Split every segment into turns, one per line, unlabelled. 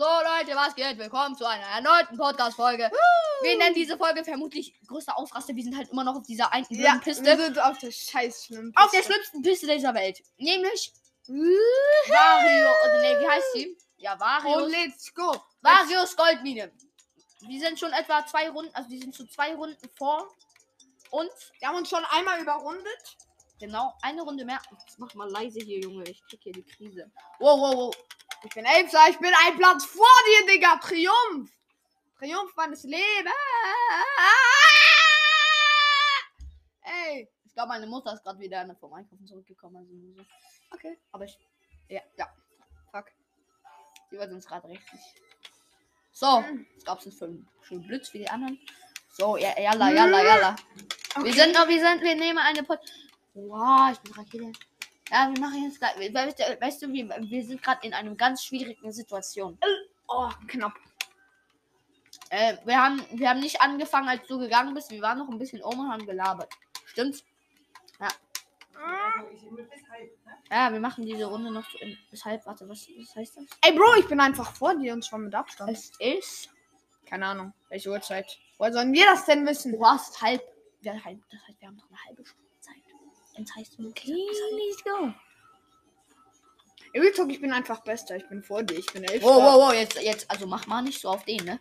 Leute, was geht? Willkommen zu einer erneuten Podcast-Folge. Wir nennen diese Folge vermutlich größter Ausraster. Wir sind halt immer noch auf dieser einen blöden
Ja,
Piste.
wir sind auf der scheiß schlimmen
Auf der
Piste.
schlimmsten Piste dieser Welt. Nämlich Wario. Oder nee, wie heißt sie? Ja,
Oh,
Varios.
let's go.
Varios Goldmine. Wir sind schon etwa zwei Runden, also wir sind schon zwei Runden vor uns.
Wir haben uns schon einmal überrundet.
Genau, eine Runde mehr. Jetzt mach mal leise hier, Junge. Ich krieg hier die Krise. Wow, wow, wow.
Ich bin Elsa, ich bin ein Platz vor dir, Digga. Triumph. Triumph meines Lebens.
Ah!
Ey.
Ich glaube, meine Mutter ist gerade wieder in- vom Einkaufen zurückgekommen. Also nur so. Okay. Aber ich. Ja, ja. Fuck. Die wird uns gerade richtig. So,
Mhm.
was gab's denn für einen schönen Blitz wie die anderen? So, ja, jalla, jalla, jalla. Wir sind noch, wir sind, wir nehmen eine Pot. Wow, ich bin Rakete. Ja, wir machen jetzt gleich. we- Weißt du, weißt du wir, wir sind gerade in einer ganz schwierigen Situation.
Oh, knapp.
Äh, wir, haben, wir haben nicht angefangen, als du gegangen bist. Wir waren noch ein bisschen oben und haben gelabert. Stimmt's? Ja, wir machen diese Runde noch zu Ende. Bis halb, warte, was, was heißt das?
Ey, Bro, ich bin einfach vor dir und schon mit Abstand.
Es ist.
Keine Ahnung, welche Uhrzeit. Woher sollen wir das denn wissen?
Du hast halb. Wir, halb das heißt, wir haben noch eine halbe Stunde Zeit. Das heißt, okay, let's go.
Ey, Real Talk, ich bin einfach besser. Ich bin vor dir, ich bin Elsa.
Wow, wow, wow, jetzt, jetzt, also mach mal nicht so auf den, ne?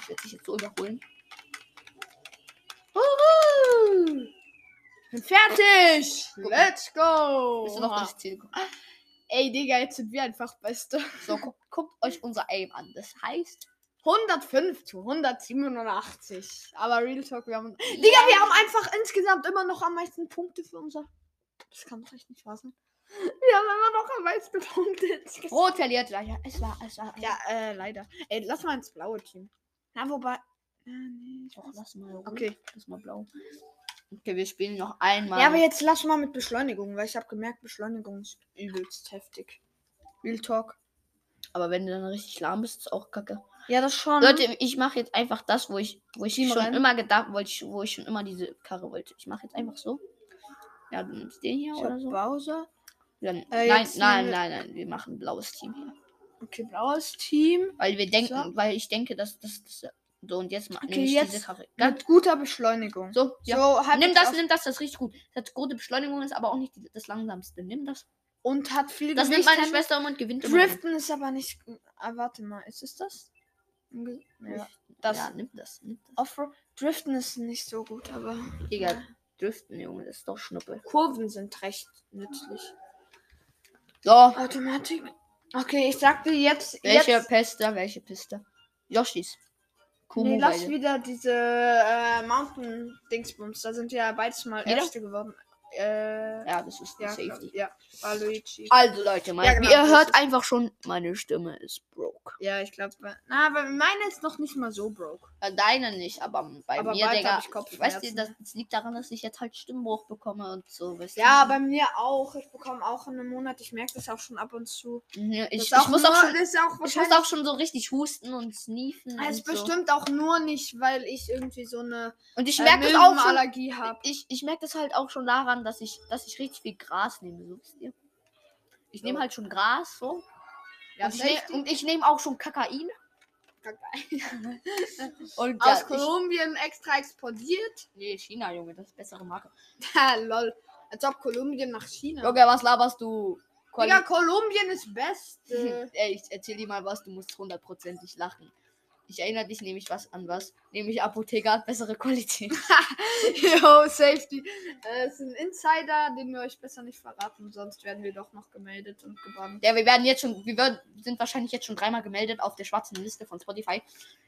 Ich werde dich jetzt so überholen. Uhu!
Ich bin fertig.
Guck mal.
Let's go.
Bist du noch durchs Ziel gekommen?
Ey, Digga, jetzt sind wir einfach Beste.
So, guckt, guckt euch unser Aim an. Das heißt,
105 zu 187. Aber Real Talk, wir haben. Digga, wir haben einfach insgesamt immer noch am meisten Punkte für unser. Das kann doch echt nicht wahr sein. Wir haben immer noch am meisten Punkte insgesamt.
rot verliert. Ja, ja, es war, es war.
Ja, äh, leider. Ey, lass mal ins blaue Team. Na, wobei. Ah, nee, ich
Doch,
weiß nicht.
lass mal. rot,
Okay.
Lass mal blau. Okay, wir spielen noch einmal.
Ja, aber jetzt lass mal mit Beschleunigung, weil ich habe gemerkt, Beschleunigung ist übelst heftig. Real Talk.
Aber wenn du dann richtig lahm bist, ist auch kacke.
Ja, das schon. ne?
Leute, ich mache jetzt einfach das, wo ich, wo ich
Schieben
schon
rein.
immer gedacht, wo ich, wo ich schon immer diese Karre wollte. Ich mache jetzt einfach so. Ja, du nimmst den hier
ich
oder
hab
so.
Bowser.
Dann,
Äh,
nein,
jetzt
nein,
nehmen wir-
nein, nein, wir machen ein blaues Team hier.
Okay, blaues Team.
Weil wir denken,
So.
weil ich denke, dass das das- so und jetzt ma-
Okay,
nehme ich
jetzt
diese Karre. Ganz
Mit guter Beschleunigung.
so, ja.
So, halb
nimm
jetzt
das,
auf-
nimm das, das ist richtig gut. Das hat gute Beschleunigung ist aber auch nicht die, das langsamste. Nimm das.
Und hat viel
Das nimmt
Gewicht,
meine
Henry.
Schwester um und gewinnt immer.
Driften ist aber nicht. Ah, warte mal, ist es das? Ge-
Ja.
Das
Ja, nimm das, nimm das.
Offroad. Driften ist nicht so gut, aber.
Digga, driften, Junge, das ist doch Schnuppe.
Kurven sind recht nützlich.
So,
Automatik. Okay, ich sagte jetzt.
Welche
jetzt
Piste? Welche Piste? Yoshis. Kumu
nee, lass
beide.
wieder diese äh, Mountain-Dingsbums. Da sind wir ja beides mal
Jeder?
Erste geworden. Äh,
Ja, das ist die
ja,
Safety.
ja, war Luigi.
Also Leute, mein,
Ja, genau,
wie ihr
das
hört
ist-
einfach schon, meine Stimme ist broke.
Ja, ich glaube. Na, aber meine ist noch nicht mal so broke.
Äh, Deine nicht, aber bei
Aber
mir,
bald
Digga,
hab ich Kopfschmerzen.
weißt du, das, das liegt daran, dass ich jetzt halt Stimmbruch bekomme und so, weißt
Ja,
du?
bei mir auch. Ich bekomme auch in einem Monat. Ich merke das auch schon ab und zu.
Ja, Mhm, ich,
Das
ich,
ist
muss auch
nur-
schon,
das ist auch
ich muss
wahrscheinlich-
auch schon so richtig husten und sneefen
Es
und
ist
so.
bestimmt auch nur nicht, weil ich irgendwie so eine
Und ich
äh,
merke das auch schon,
Milbenallergie habe.
ich, ich merke das halt auch schon daran, dass ich, dass ich richtig viel Gras nehme, so wisst ihr? Ich nehme
So.
halt schon Gras, so.
Ja,
und, ich nehm, und ich nehme auch schon Kakain. Und
aus
ja, ich,
Kolumbien extra exportiert.
nee, China, Junge, das ist bessere Marke.
Ha, lol. Als ob Kolumbien nach China.
Junge, was laberst du? Quali
Digga, Kolumbien ist beste.
Ey, ich erzähl dir mal was, du musst hundertprozentig lachen. Ich erinnere dich nämlich was an was, nämlich Apotheker hat bessere Qualität.
Yo, Safety. Äh, ist ein Insider, den wir euch besser nicht verraten, sonst werden wir doch noch gemeldet und gebannt.
Ja, wir werden jetzt schon, wir werden, sind wahrscheinlich jetzt schon dreimal gemeldet auf der schwarzen Liste von Spotify.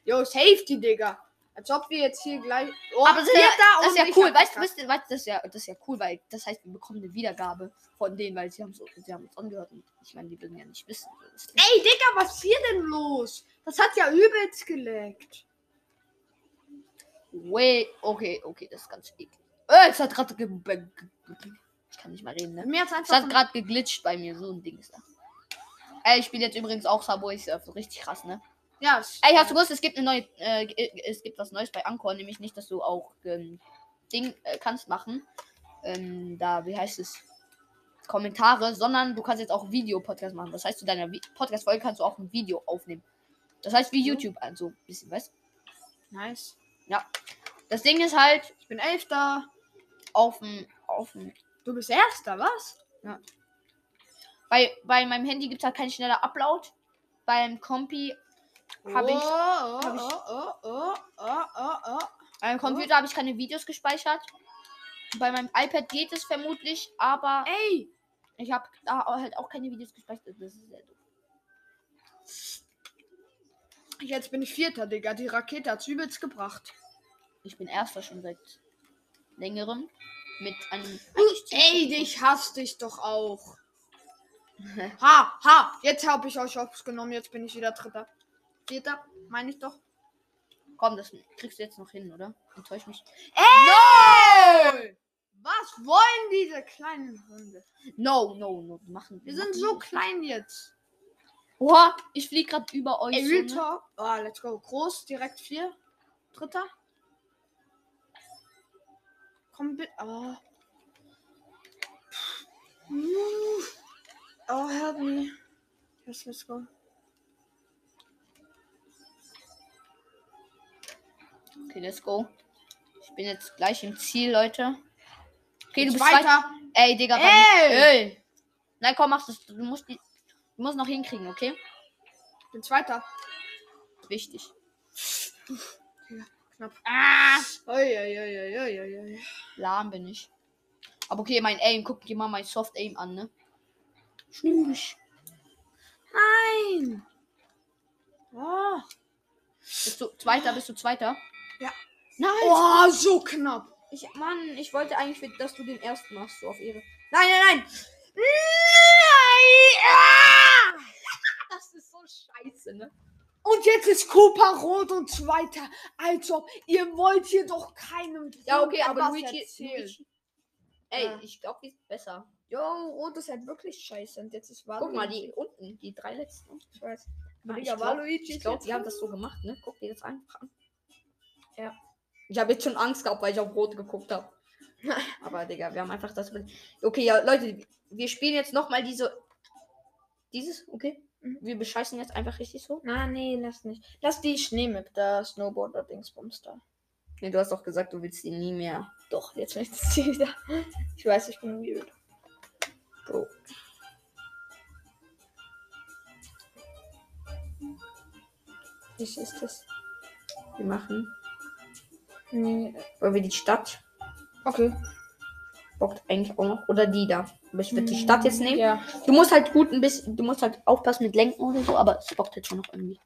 Yo, Safety, Digga. Als ob wir jetzt hier gleich. Oh,
Aber das ist ja-
Vierter
Das ist ja
und ich
cool,
hab
weißt du,
verkackt.
wisst ihr, weißt du, das ist ja, das ist ja cool, weil das heißt, wir bekommen eine Wiedergabe von denen, weil sie haben so, sie haben uns angehört und ich meine, die würden ja nicht wissen.
Ey, Digga, was ist hier denn los? Das hat ja übelst geleckt.
Wait, okay, okay, das ist ganz eklig. Äh, es hat gerade ge ge ge Ich kann nicht mal reden, ne?
Mir hat's
Es
einfach.
hat gerade geglitscht bei mir, so ein Ding ist da. Ey, ich spiele jetzt übrigens auch Subway Surf, so richtig krass, ne?
ja,
Ey, hast du gewusst, es gibt eine neue, äh, ge- es gibt was Neues bei Anchor, nämlich nicht, dass du auch ähm, Ding äh, kannst machen. Ähm, da, wie heißt es? Kommentare, sondern du kannst jetzt auch Videopodcast machen. Das heißt, zu deiner Vi- Podcast-Folge kannst du auch ein Video aufnehmen. Das heißt, wie
Mhm.
YouTube, also ein bisschen, weißt du?
Nice.
Das Ding ist halt,
Ich bin Elfter.
auf dem, auf dem
Du bist Erster, was?
Bei, bei meinem Handy gibt es halt keinen schneller Upload. Beim Kompi, Hab ich-
Oh,
hab ich-
oh, oh, oh, oh, oh, oh.
beim Computer habe ich keine Videos gespeichert. Bei meinem iPad geht es vermutlich, aber
Ey,
ich habe da au- halt auch keine Videos gespeichert. Das ist sehr doof.
jetzt bin ich Vierter, Digga. Die Rakete hat's übelst gebracht.
Ich bin erster schon seit längerem. Mit einem.
Ey, ich hasse dich doch auch. Ha, ha, jetzt habe ich euch Jobs genommen, jetzt bin ich wieder Dritter. Vierter, meine ich doch.
Komm, das kriegst du jetzt noch hin, oder? Enttäusch mich.
Ey! Was wollen diese kleinen Hunde?
No, no, no. Die machen,
Wir sind so klein jetzt.
Oha, ich flieg gerade über euch.
Ey,
so,
Real
ne?
Talk. Oh, let's go. Groß, direkt vier. Dritter. Komm bitte. Oh. Puh. Oh, help me. Yes, let's go.
Okay, let's go. Ich bin jetzt gleich im Ziel, Leute. Okay, du
Jetzt
bist weiter. Ey, Digga, bei mir-
Ey!
Ey! Nein, komm, mach das. Du musst, die, du musst noch hinkriegen, okay?
Ich bin Zweiter.
Wichtig.
Knapp.
Ah!
Oi, oi, oi, oi, oi, oi, oi.
Lahm bin ich. Aber okay, mein Aim. Guck dir mal mein Soft Aim an, ne? Schwierig.
Nein! Oh.
Bist du Zweiter? Bist du Zweiter?
Ja.
Nein!
oh, so knapp.
Ich, Mann, ich wollte eigentlich, dass du den ersten machst, so auf Ehre.
Nein, nein, nein. Nein! Ah!
Das ist so scheiße, ne?
Und jetzt ist Cooper rot und zweiter. Also, ihr wollt hier doch keinem.
Ja, okay, aber
was
Luigi.
erzählen.
Luigi- Ey,
Ja.
ich glaube, die ist besser.
Jo, rot ist halt wirklich scheiße. Und jetzt ist Waluigi.
Guck mal, die unten, die drei letzten.
Ich weiß.
Aber
Digga,
ich glaub-
Waluigi
Ich
ist
glaube,
jetzt
die haben
rot.
das so gemacht, ne? Guck dir das einfach an.
Ja.
Ich habe jetzt schon Angst gehabt, weil ich auf Rot geguckt habe. Aber Digga, wir haben einfach das. Okay, ja, Leute, wir spielen jetzt nochmal diese. Dieses, okay?
Mhm.
Wir bescheißen jetzt einfach richtig so.
Na, Ah, nee, lass nicht. Lass die Schneemap, da Snowboarder-Dingsbums da.
Nee, du hast doch gesagt, du willst die nie mehr.
Doch, jetzt möchte ich sie wieder. Ich weiß, ich bin weird.
Bro.
Ich ist das.
Wir machen.
Nee.
Wollen wir die Stadt?
Okay.
Bockt eigentlich auch noch. Oder die da. Aber ich würde die
Hm,
Stadt jetzt nehmen.
Ja.
Du musst halt gut ein bisschen. Du musst halt aufpassen mit Lenken oder so, aber es bockt jetzt schon noch irgendwie.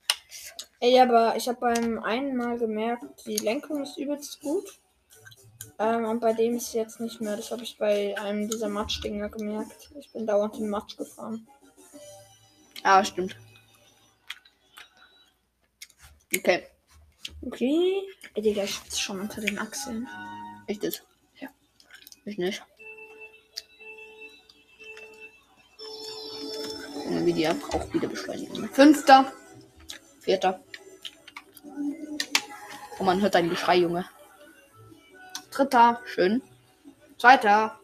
Ey, aber ich habe beim einen Mal gemerkt, die Lenkung ist übelst gut. Ähm, und bei dem ist jetzt nicht mehr. Das habe ich bei einem dieser Matschdinger gemerkt. Ich bin dauernd in Matsch gefahren.
Ah, stimmt. Okay,
Okay. Ey, Digga, ich sitze schon unter den Achseln.
ich das.
Ja.
Ich nicht. Gucken, wie die einfach auch wieder beschleunigen.
Fünfter.
Vierter. Oh, man hört dein Geschrei, Junge.
Dritter.
Schön.
Zweiter.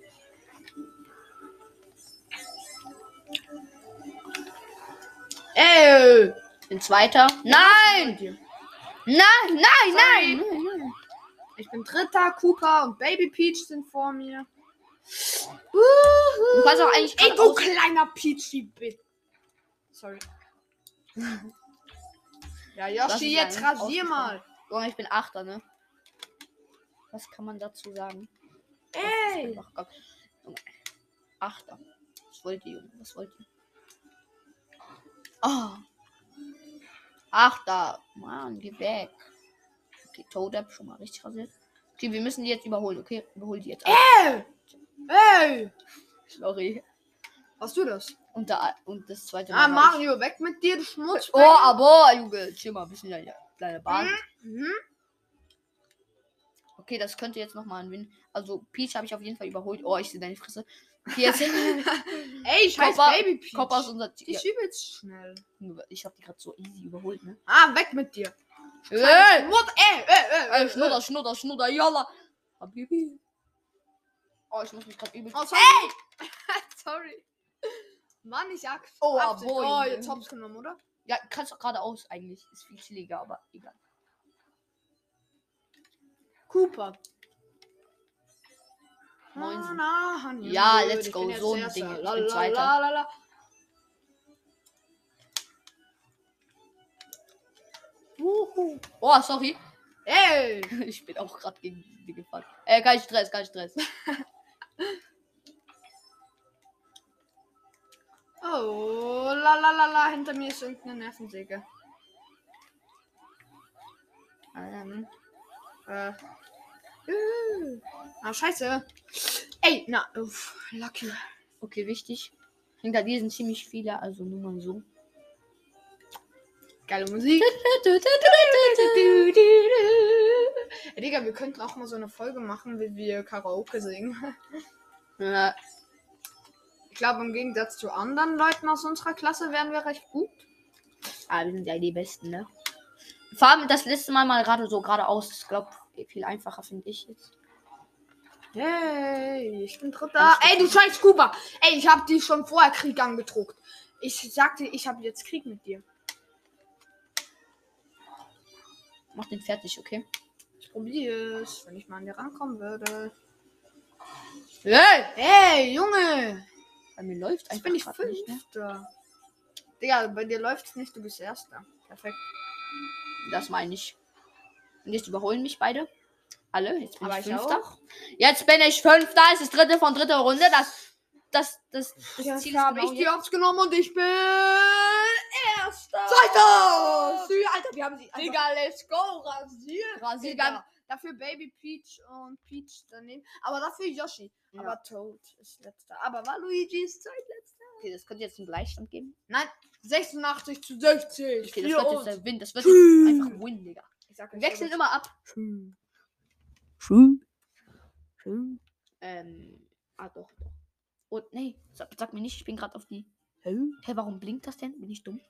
Ey! Bin zweiter. Nein!
Nein!
Nein, nein,
Sorry.
nein! nein, nein.
Ich bin Dritter. Cooper und Baby Peach sind vor mir.
Du kannst auch eigentlich.
Ey, du
geradeaus-
kleiner Peachy Bit. Sorry. ja,
Das ist
Yoshi, jetzt
eigentlich
rasier mal.
Junge, ich bin Achter, ne? Was kann man dazu sagen?
Ey.
Ach Gott. Junge. Achter. Was wollt ihr, Junge? Was wollt ihr? Ah. Achter. Mann, geh weg. Okay, Toadab schon mal richtig rasiert. Okay, wir müssen die jetzt überholen, okay? Überhol die jetzt. alle.
Ey! Ey!
Sorry.
Hast du das?
Und, da, und das zweite
Ah,
war ich.
Mario, weg mit dir, du Schmutz.
Oh, aber, Junge, chill mal ein bisschen deine, deine Bahn.
Mhm.
Okay, das könnte jetzt nochmal ein Win. Also, Peach habe ich auf jeden Fall überholt. Oh, ich sehe deine Fresse. Okay, jetzt Mhm.
Ey, scheiß
Kopf ab,
Baby Peach.
Kopf aus unser
Die
Tier.
ist übelst schnell.
Ich habe die gerade so easy überholt, ne?
Ah, weg mit dir.
Ey! Äh,
Mut, ey, ey, ey,
Ey, Schnudder, Schnudder, Schnudder, jalla. Habibi. Oh, ich muss mich gerade übel.
Oh, sorry. sorry. Mann, ich Axt.
Oh,
Absicht.
boy.
oh, jetzt hops genommen, oder?
Ja, kannst doch geradeaus eigentlich. Ist viel chilliger, aber egal.
Cooper.
Moin.
Na, na, Hanni,
Ja,
blöd,
let's
ich
go,
bin jetzt
so ein
Erster.
Ding, ich
La,
bin
la,
Zweiter.
la, la, la. Wuhu.
Oh, sorry.
Ey!
Ich bin auch gerade gegen die gefahren. Äh, kein Stress, kein Stress.
Oh, la la la la, hinter mir ist irgendeine Nervensäge.
Ähm,
Äh. Äh. Ah, scheiße. Ey, na, uff, lucky.
okay, wichtig. Hinter dir sind ziemlich viele, also nur mal so.
Geile Musik. Ey, Digga, wir könnten auch mal so eine Folge machen, wie wir Karaoke singen.
Ja,
Ich glaube, im Gegensatz zu anderen Leuten aus unserer Klasse wären wir recht gut.
ah, wir sind ja die Besten, ne? Vor allem das letzte Mal mal gerade so geradeaus. Ich glaube, viel einfacher finde ich jetzt.
Hey, ich bin Dritter. Ey, du scheiß Kuba. Ey, ich hab dich schon vorher Krieg angedruckt. Ich sagte, ich habe jetzt Krieg mit dir.
Mach den fertig, okay?
Ich probier's, wenn ich mal an dir rankommen würde.
Hey!
Hey, Junge.
Bei mir läuft
Jetzt
einfach
bin ich
grad nicht, ne?
Fünfter. Digga, bei dir läuft's nicht, du bist Erster. Perfekt.
Das meine ich. Und jetzt überholen mich beide. Alle. Jetzt bin
Aber
ich
ich
Fünfter. Jetzt bin ich Fünfter. Es ist dritte von dritter Runde. Das, das, das, das
Das
Ziel ist
habe
genau
ich
jetzt.
dir aufs genommen und ich bin Erster.
Zweiter!
Sü, Alter, wir haben sie. Alter.
Digga,
let's go, rasieren.
Brasilien.
Digga. Dafür Baby Peach und Peach daneben. Aber dafür Yoshi.
Ja.
Aber Toad ist letzter. Aber war Luigi's zweitletzter.
Okay, das könnte jetzt einen Gleichstand geben.
Nein, 86 zu 60.
Okay, das
Für
wird
uns.
jetzt der Win. Das wird
Tschüss.
jetzt einfach ein Win, Digga.
Ich sag
Wir
euch,
wechseln
aber-
immer ab.
Tschüss.
Schön. Schön. Ähm, ah doch, doch. Und nee, sag, sag mir nicht, ich bin gerade auf die. Hä, warum blinkt das denn? Bin ich dumm?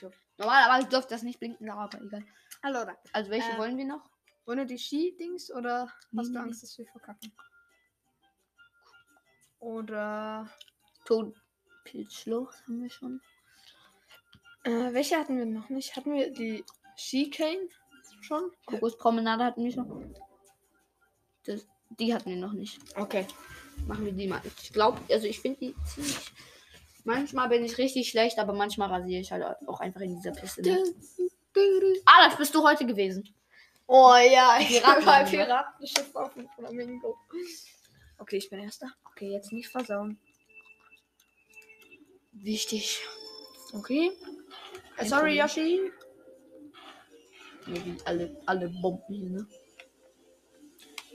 So. Normalerweise dürfte das nicht blinken, aber egal.
Allora,
Also welche
Ähm,
wollen wir noch?
wollen wir die Ski-Dings oder
Nee,
hast
nee,
du Angst, dass wir verkacken? Oder.
Todpilzschlucht haben wir schon.
Äh, welche hatten wir noch nicht? Hatten wir die She-Cane schon?
Kokospromenade hatten wir schon. Das, die hatten wir noch nicht.
Okay.
Machen wir die mal. Ich glaube, also ich finde die ziemlich. Manchmal bin ich richtig schlecht, aber manchmal rasiere ich halt auch einfach in dieser Piste. Ne? Ah, das bist du heute gewesen.
Oh ja, ich
Piraten
war
haben wir.
Piratenschiff auf dem Flamingo. Okay, ich bin Erster. Okay, jetzt nicht versauen.
Wichtig.
Okay. Äh,
Kein
sorry,
Problem.
Yoshi.
Nur wie alle, alle Bomben hier, ne?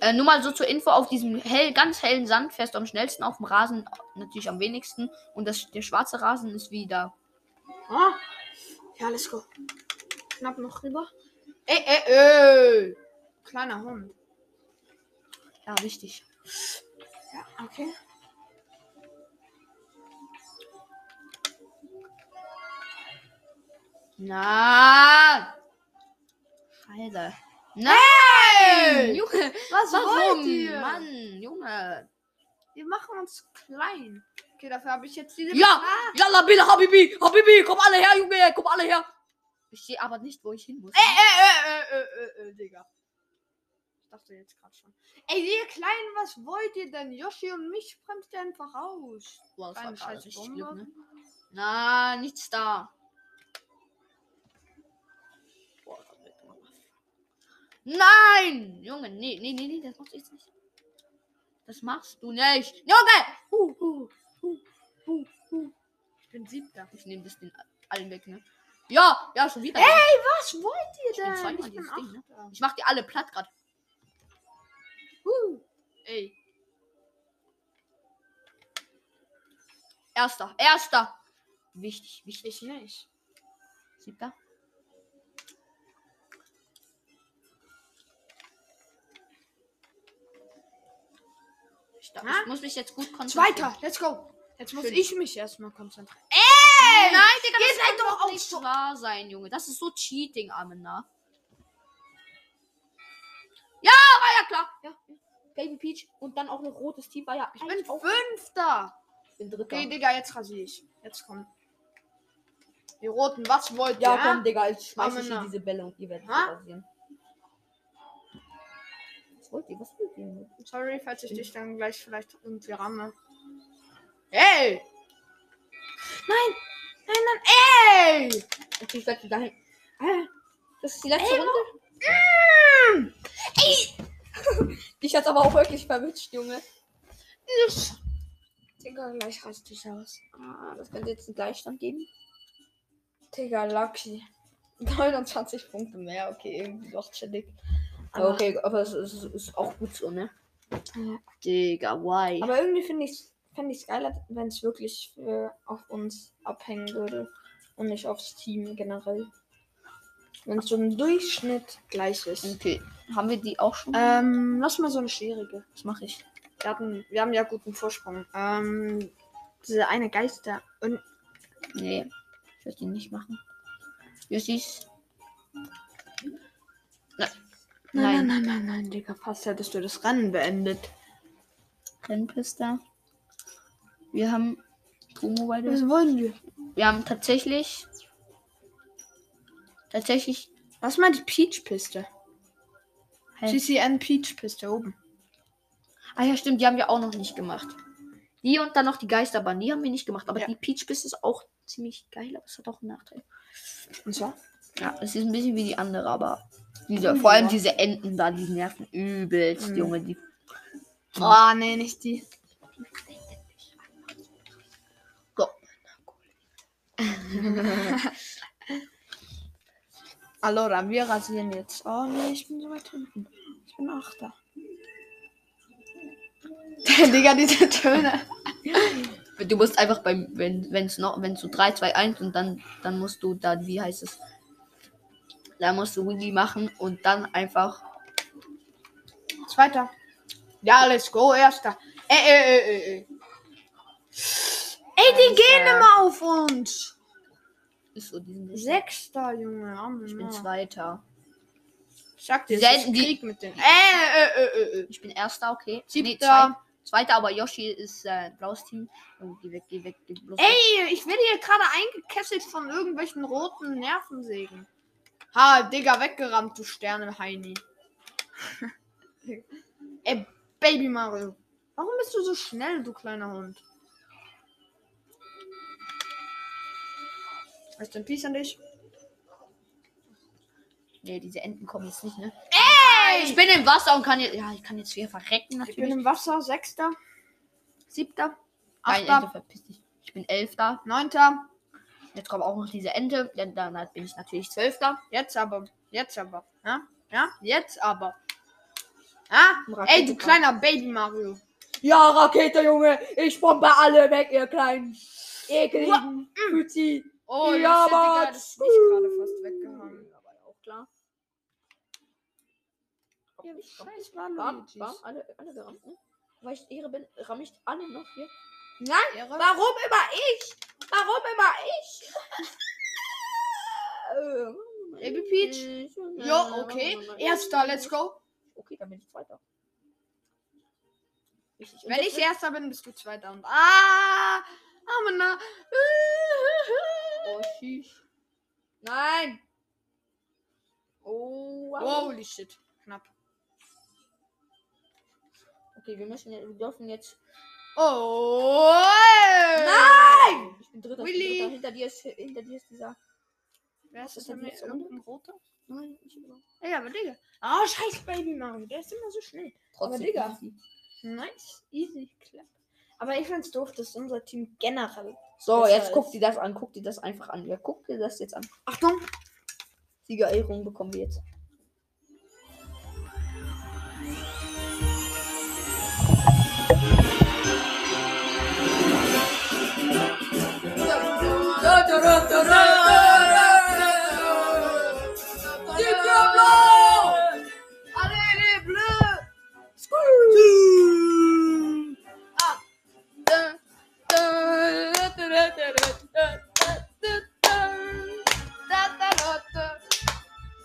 Äh, nur mal so zur Info, auf diesem hell, ganz hellen Sand fährst du am schnellsten, auf dem Rasen natürlich am wenigsten. Und das, der schwarze Rasen ist wie da.
Ah. Ja, let's go. Knapp noch rüber. Ey, ey, ey. Kleiner Hund.
Ja, wichtig.
Ja, okay.
Na! Scheiße. Nein! Junge,
Was
warum?
wollt ihr?
Mann, Junge.
Wir machen uns klein. Okay, dafür habe ich jetzt diese.
Ja,
Ah,
ja, Labine, Habibi, Habibi, komm alle her, Junge, komm alle her. Ich sehe aber nicht, wo ich hin muss.
Ey, ey, ey, ey, ey, ey, ey, Digga. Ich dachte jetzt gerade schon. Ey, ihr Kleinen, was wollt ihr denn? Yoshi und mich bremst ihr einfach aus.
Boah, das war
Kleine
gerade
scheiß
richtig
Bombe.
Glück, ne? Na, nichts da. Boah, das wird immer was. Nein! Junge, nee, nee, nee, nee, das machst du jetzt nicht. Das machst du nicht. Junge! Huh, huh, huh, huh, huh.
Ich bin siebter.
Ich nehme das den allen weg, ne? Ja, ja, schon wieder.
Was wollt ihr
bin
denn?
zweimal dieses Ding, ne?
achter.
Ich mach die alle platt gerade.
Huh.
Ey. Erster, erster. Wichtig, wichtig.
Ich nicht.
Siebter. Ich, darf,
Na?
ich muss mich jetzt gut konzentrieren.
Zweiter, let's go. Jetzt muss
Schön.
ich mich erstmal konzentrieren.
Ey, nein, Digga,
Ihr
das
seid
halt
kann
doch
doch
auch
nicht
so-
wahr sein, Junge. Das ist so Cheating, Amena. Ja, war ja klar. Ja. gelbe Peach und dann auch noch rotes Team war ja
Ich bin
eigentlich auch
Fünfter.
ich bin dritter.
Okay, Digga, jetzt rasier ich. Jetzt komm. Die Roten, was wollt ihr?
Ja,
Ja,
komm, Digga, ich schmeiß
Komm,
euch hier
na.
diese Bälle und ihr werdet
Ha?
rasieren. Was wollt ihr? Was wollt ihr?
Sorry, falls ich dich dann gleich vielleicht irgendwie ramme. Ey! Nein! Nein, nein, ey!
Okay, ich werde dahin. Ah, Das ist die letzte Runde. Ey! Dich hat's aber auch wirklich verwünscht, Junge.
Digga, gleich rast dich aus.
Ah, das könnte jetzt einen Gleichstand geben.
Digga, Lucky.
29 Punkte mehr, okay, irgendwie doch chillig.
Aber-
Aber okay, aber es ist, ist auch gut so, ne?
Digga, why?
Aber irgendwie finde ich fände ich geiler, wenn es wirklich äh, auf uns abhängen würde und nicht aufs Team generell. Wenn es so im Durchschnitt gleich ist.
okay, haben wir die auch schon?
Ähm, lass mal so eine schwierige. Das mache ich. Wir, hatten, wir haben ja guten Vorsprung. Ähm, diese eine Geister. Und
Nee, ich werde die nicht machen. Jussis. Na, nein,
nein, nein, nein, nein, nein, Digga, fast hättest du das Rennen beendet.
Rennpista. Wir haben True Mobile.
Was wollen wir?
Wir haben tatsächlich. Tatsächlich.
Lass mal die Peach-Piste.
Hä?
CCN Peach-Piste oben.
Ah ja, stimmt, die haben wir auch noch nicht gemacht. Die und dann noch die Geisterbahn, die haben wir nicht gemacht. Aber
Ja.
die Peach Biss ist auch ziemlich geil, aber es hat auch einen Nachteil.
Und zwar?
Ja, es ist ein bisschen wie die andere, aber diese,
Mhm,
vor allem
ja.
diese Enten da, die nerven übelst,
Mhm.
Junge. Die,
Oh, nee, nicht die.
Go.
Allora, wir rasieren jetzt. Oh nee, ich bin so weit hinten. Ich bin Achter. Digga, diese Töne.
du musst einfach beim, wenn wenn's noch, wenn du 3, 2, 1 und dann, dann musst du da, wie heißt es? Da musst du Wiggy machen und dann einfach.
Zweiter. Ja, let's go, erster. Eh, Ey, ey, ey, ey, ey. Ey, die gehen immer auf uns.
Ist so diesen, ich
Sechster, Junge. Oh,
bin
Mann.
Zweiter.
Ich sag dir,
Die
es ist
selten- die-
Krieg mit den. Ey, ey, ey, ey, ey.
Ich bin Erster, okay. Nee,
eh, Siebter.
Zweiter. Zweiter, aber Yoshi ist äh, blaues Team. Junge, geh weg, geh weg, geh bloß weg.
Ey, ich werde hier gerade eingekesselt von irgendwelchen roten Nervensägen. Ha, Digga, weggerammt, du Sterne-Heini. Ey, Baby Mario. Warum bist du so schnell, du kleiner Hund? Rest in Peace an dich.
Nee, diese Enten kommen jetzt nicht, ne?
Ey,
Ich bin im Wasser und kann jetzt. Ja, ich kann jetzt wieder verrecken,
ich bin
natürlich.
im Wasser. Sechster. Siebter.
Nein,
Achter.
Ente, verpiss dich. Ich bin Elfter.
Neunter.
Jetzt kommt auch noch diese Ente. Dann, dann bin ich natürlich Zwölfter.
Jetzt aber. Jetzt aber. Ja? Ja? Jetzt aber. Ja? Ey, du kleiner Baby Mario.
Ja, Rakete, Junge! Ich bombe alle weg, ihr kleinen ekligen
mm.
Putin!
Oh,
Ja,
ja, aber
Mann.
das ist nicht gerade fast weggehangen.
Aber auch klar.
Ja, wie scheiß
Bam,
war
bam, alle, alle gerammt, ne? Weil ich Ehre bin, ramm ich alle noch hier.
Nein, Ehre.
Warum immer ich? Warum immer ich?
Baby Peach. Jo, okay. Erster, let's go.
Okay, dann bin ich Zweiter. Richtig. Und
Wenn
jetzt
ich Erster bin, bist du Zweiter und. Ah! äh. Amena.
Oh, sheesh. Nein! Oh, wow.
Holy shit. Knapp.
Okay, wir müssen jetzt, wir dürfen jetzt.
Oh!
Nein! Ich bin dritter. ich bin
Willi.
dritter. Hinter dir ist, hinter dir ist dieser.
Wer ist das
Ist das
denn
jetzt
jetzt? Irgendein roter?
Nein, ich bin
Ey, aber Digga. Ah, scheiß Baby Mario. Der ist immer so schnell.
Trotzdem.
Digga.
easy.
Nice, easy, clap. Aber ich find's doof, dass unser Team generell.
So,
Besser
jetzt guck
ist-
dir das an, guck dir das einfach an. Ja, guck dir das jetzt an.
Achtung!
Siegerehrung bekommen wir jetzt.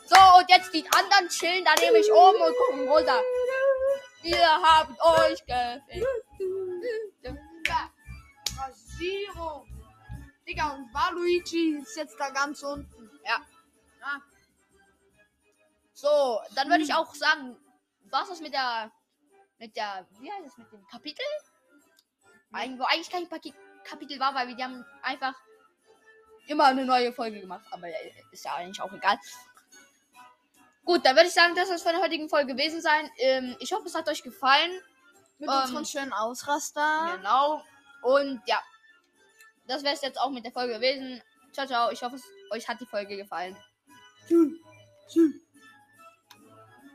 So, und jetzt die anderen chillen da nämlich oben und gucken runter. Wir haben euch gefickt.
Rasierung. Digga, und Waluigi ist jetzt da ganz unten.
So, dann würde ich auch sagen, was ist mit der, mit der, wie heißt es, mit dem Kapitel? Eig- Wo eigentlich kein Paki- Kapitel war, weil wir die haben einfach immer eine neue Folge gemacht, aber äh, ist ja eigentlich auch egal. Gut, dann würde ich sagen, das soll es von der heutigen Folge gewesen sein. Ähm, ich hoffe, es hat euch gefallen.
Mit
Ähm,
unseren schönen Ausrastern.
Genau. Und ja, das wäre es jetzt auch mit der Folge gewesen. Ciao, ciao. Ich hoffe, es euch hat die Folge gefallen.
Tschüss. Tschüss.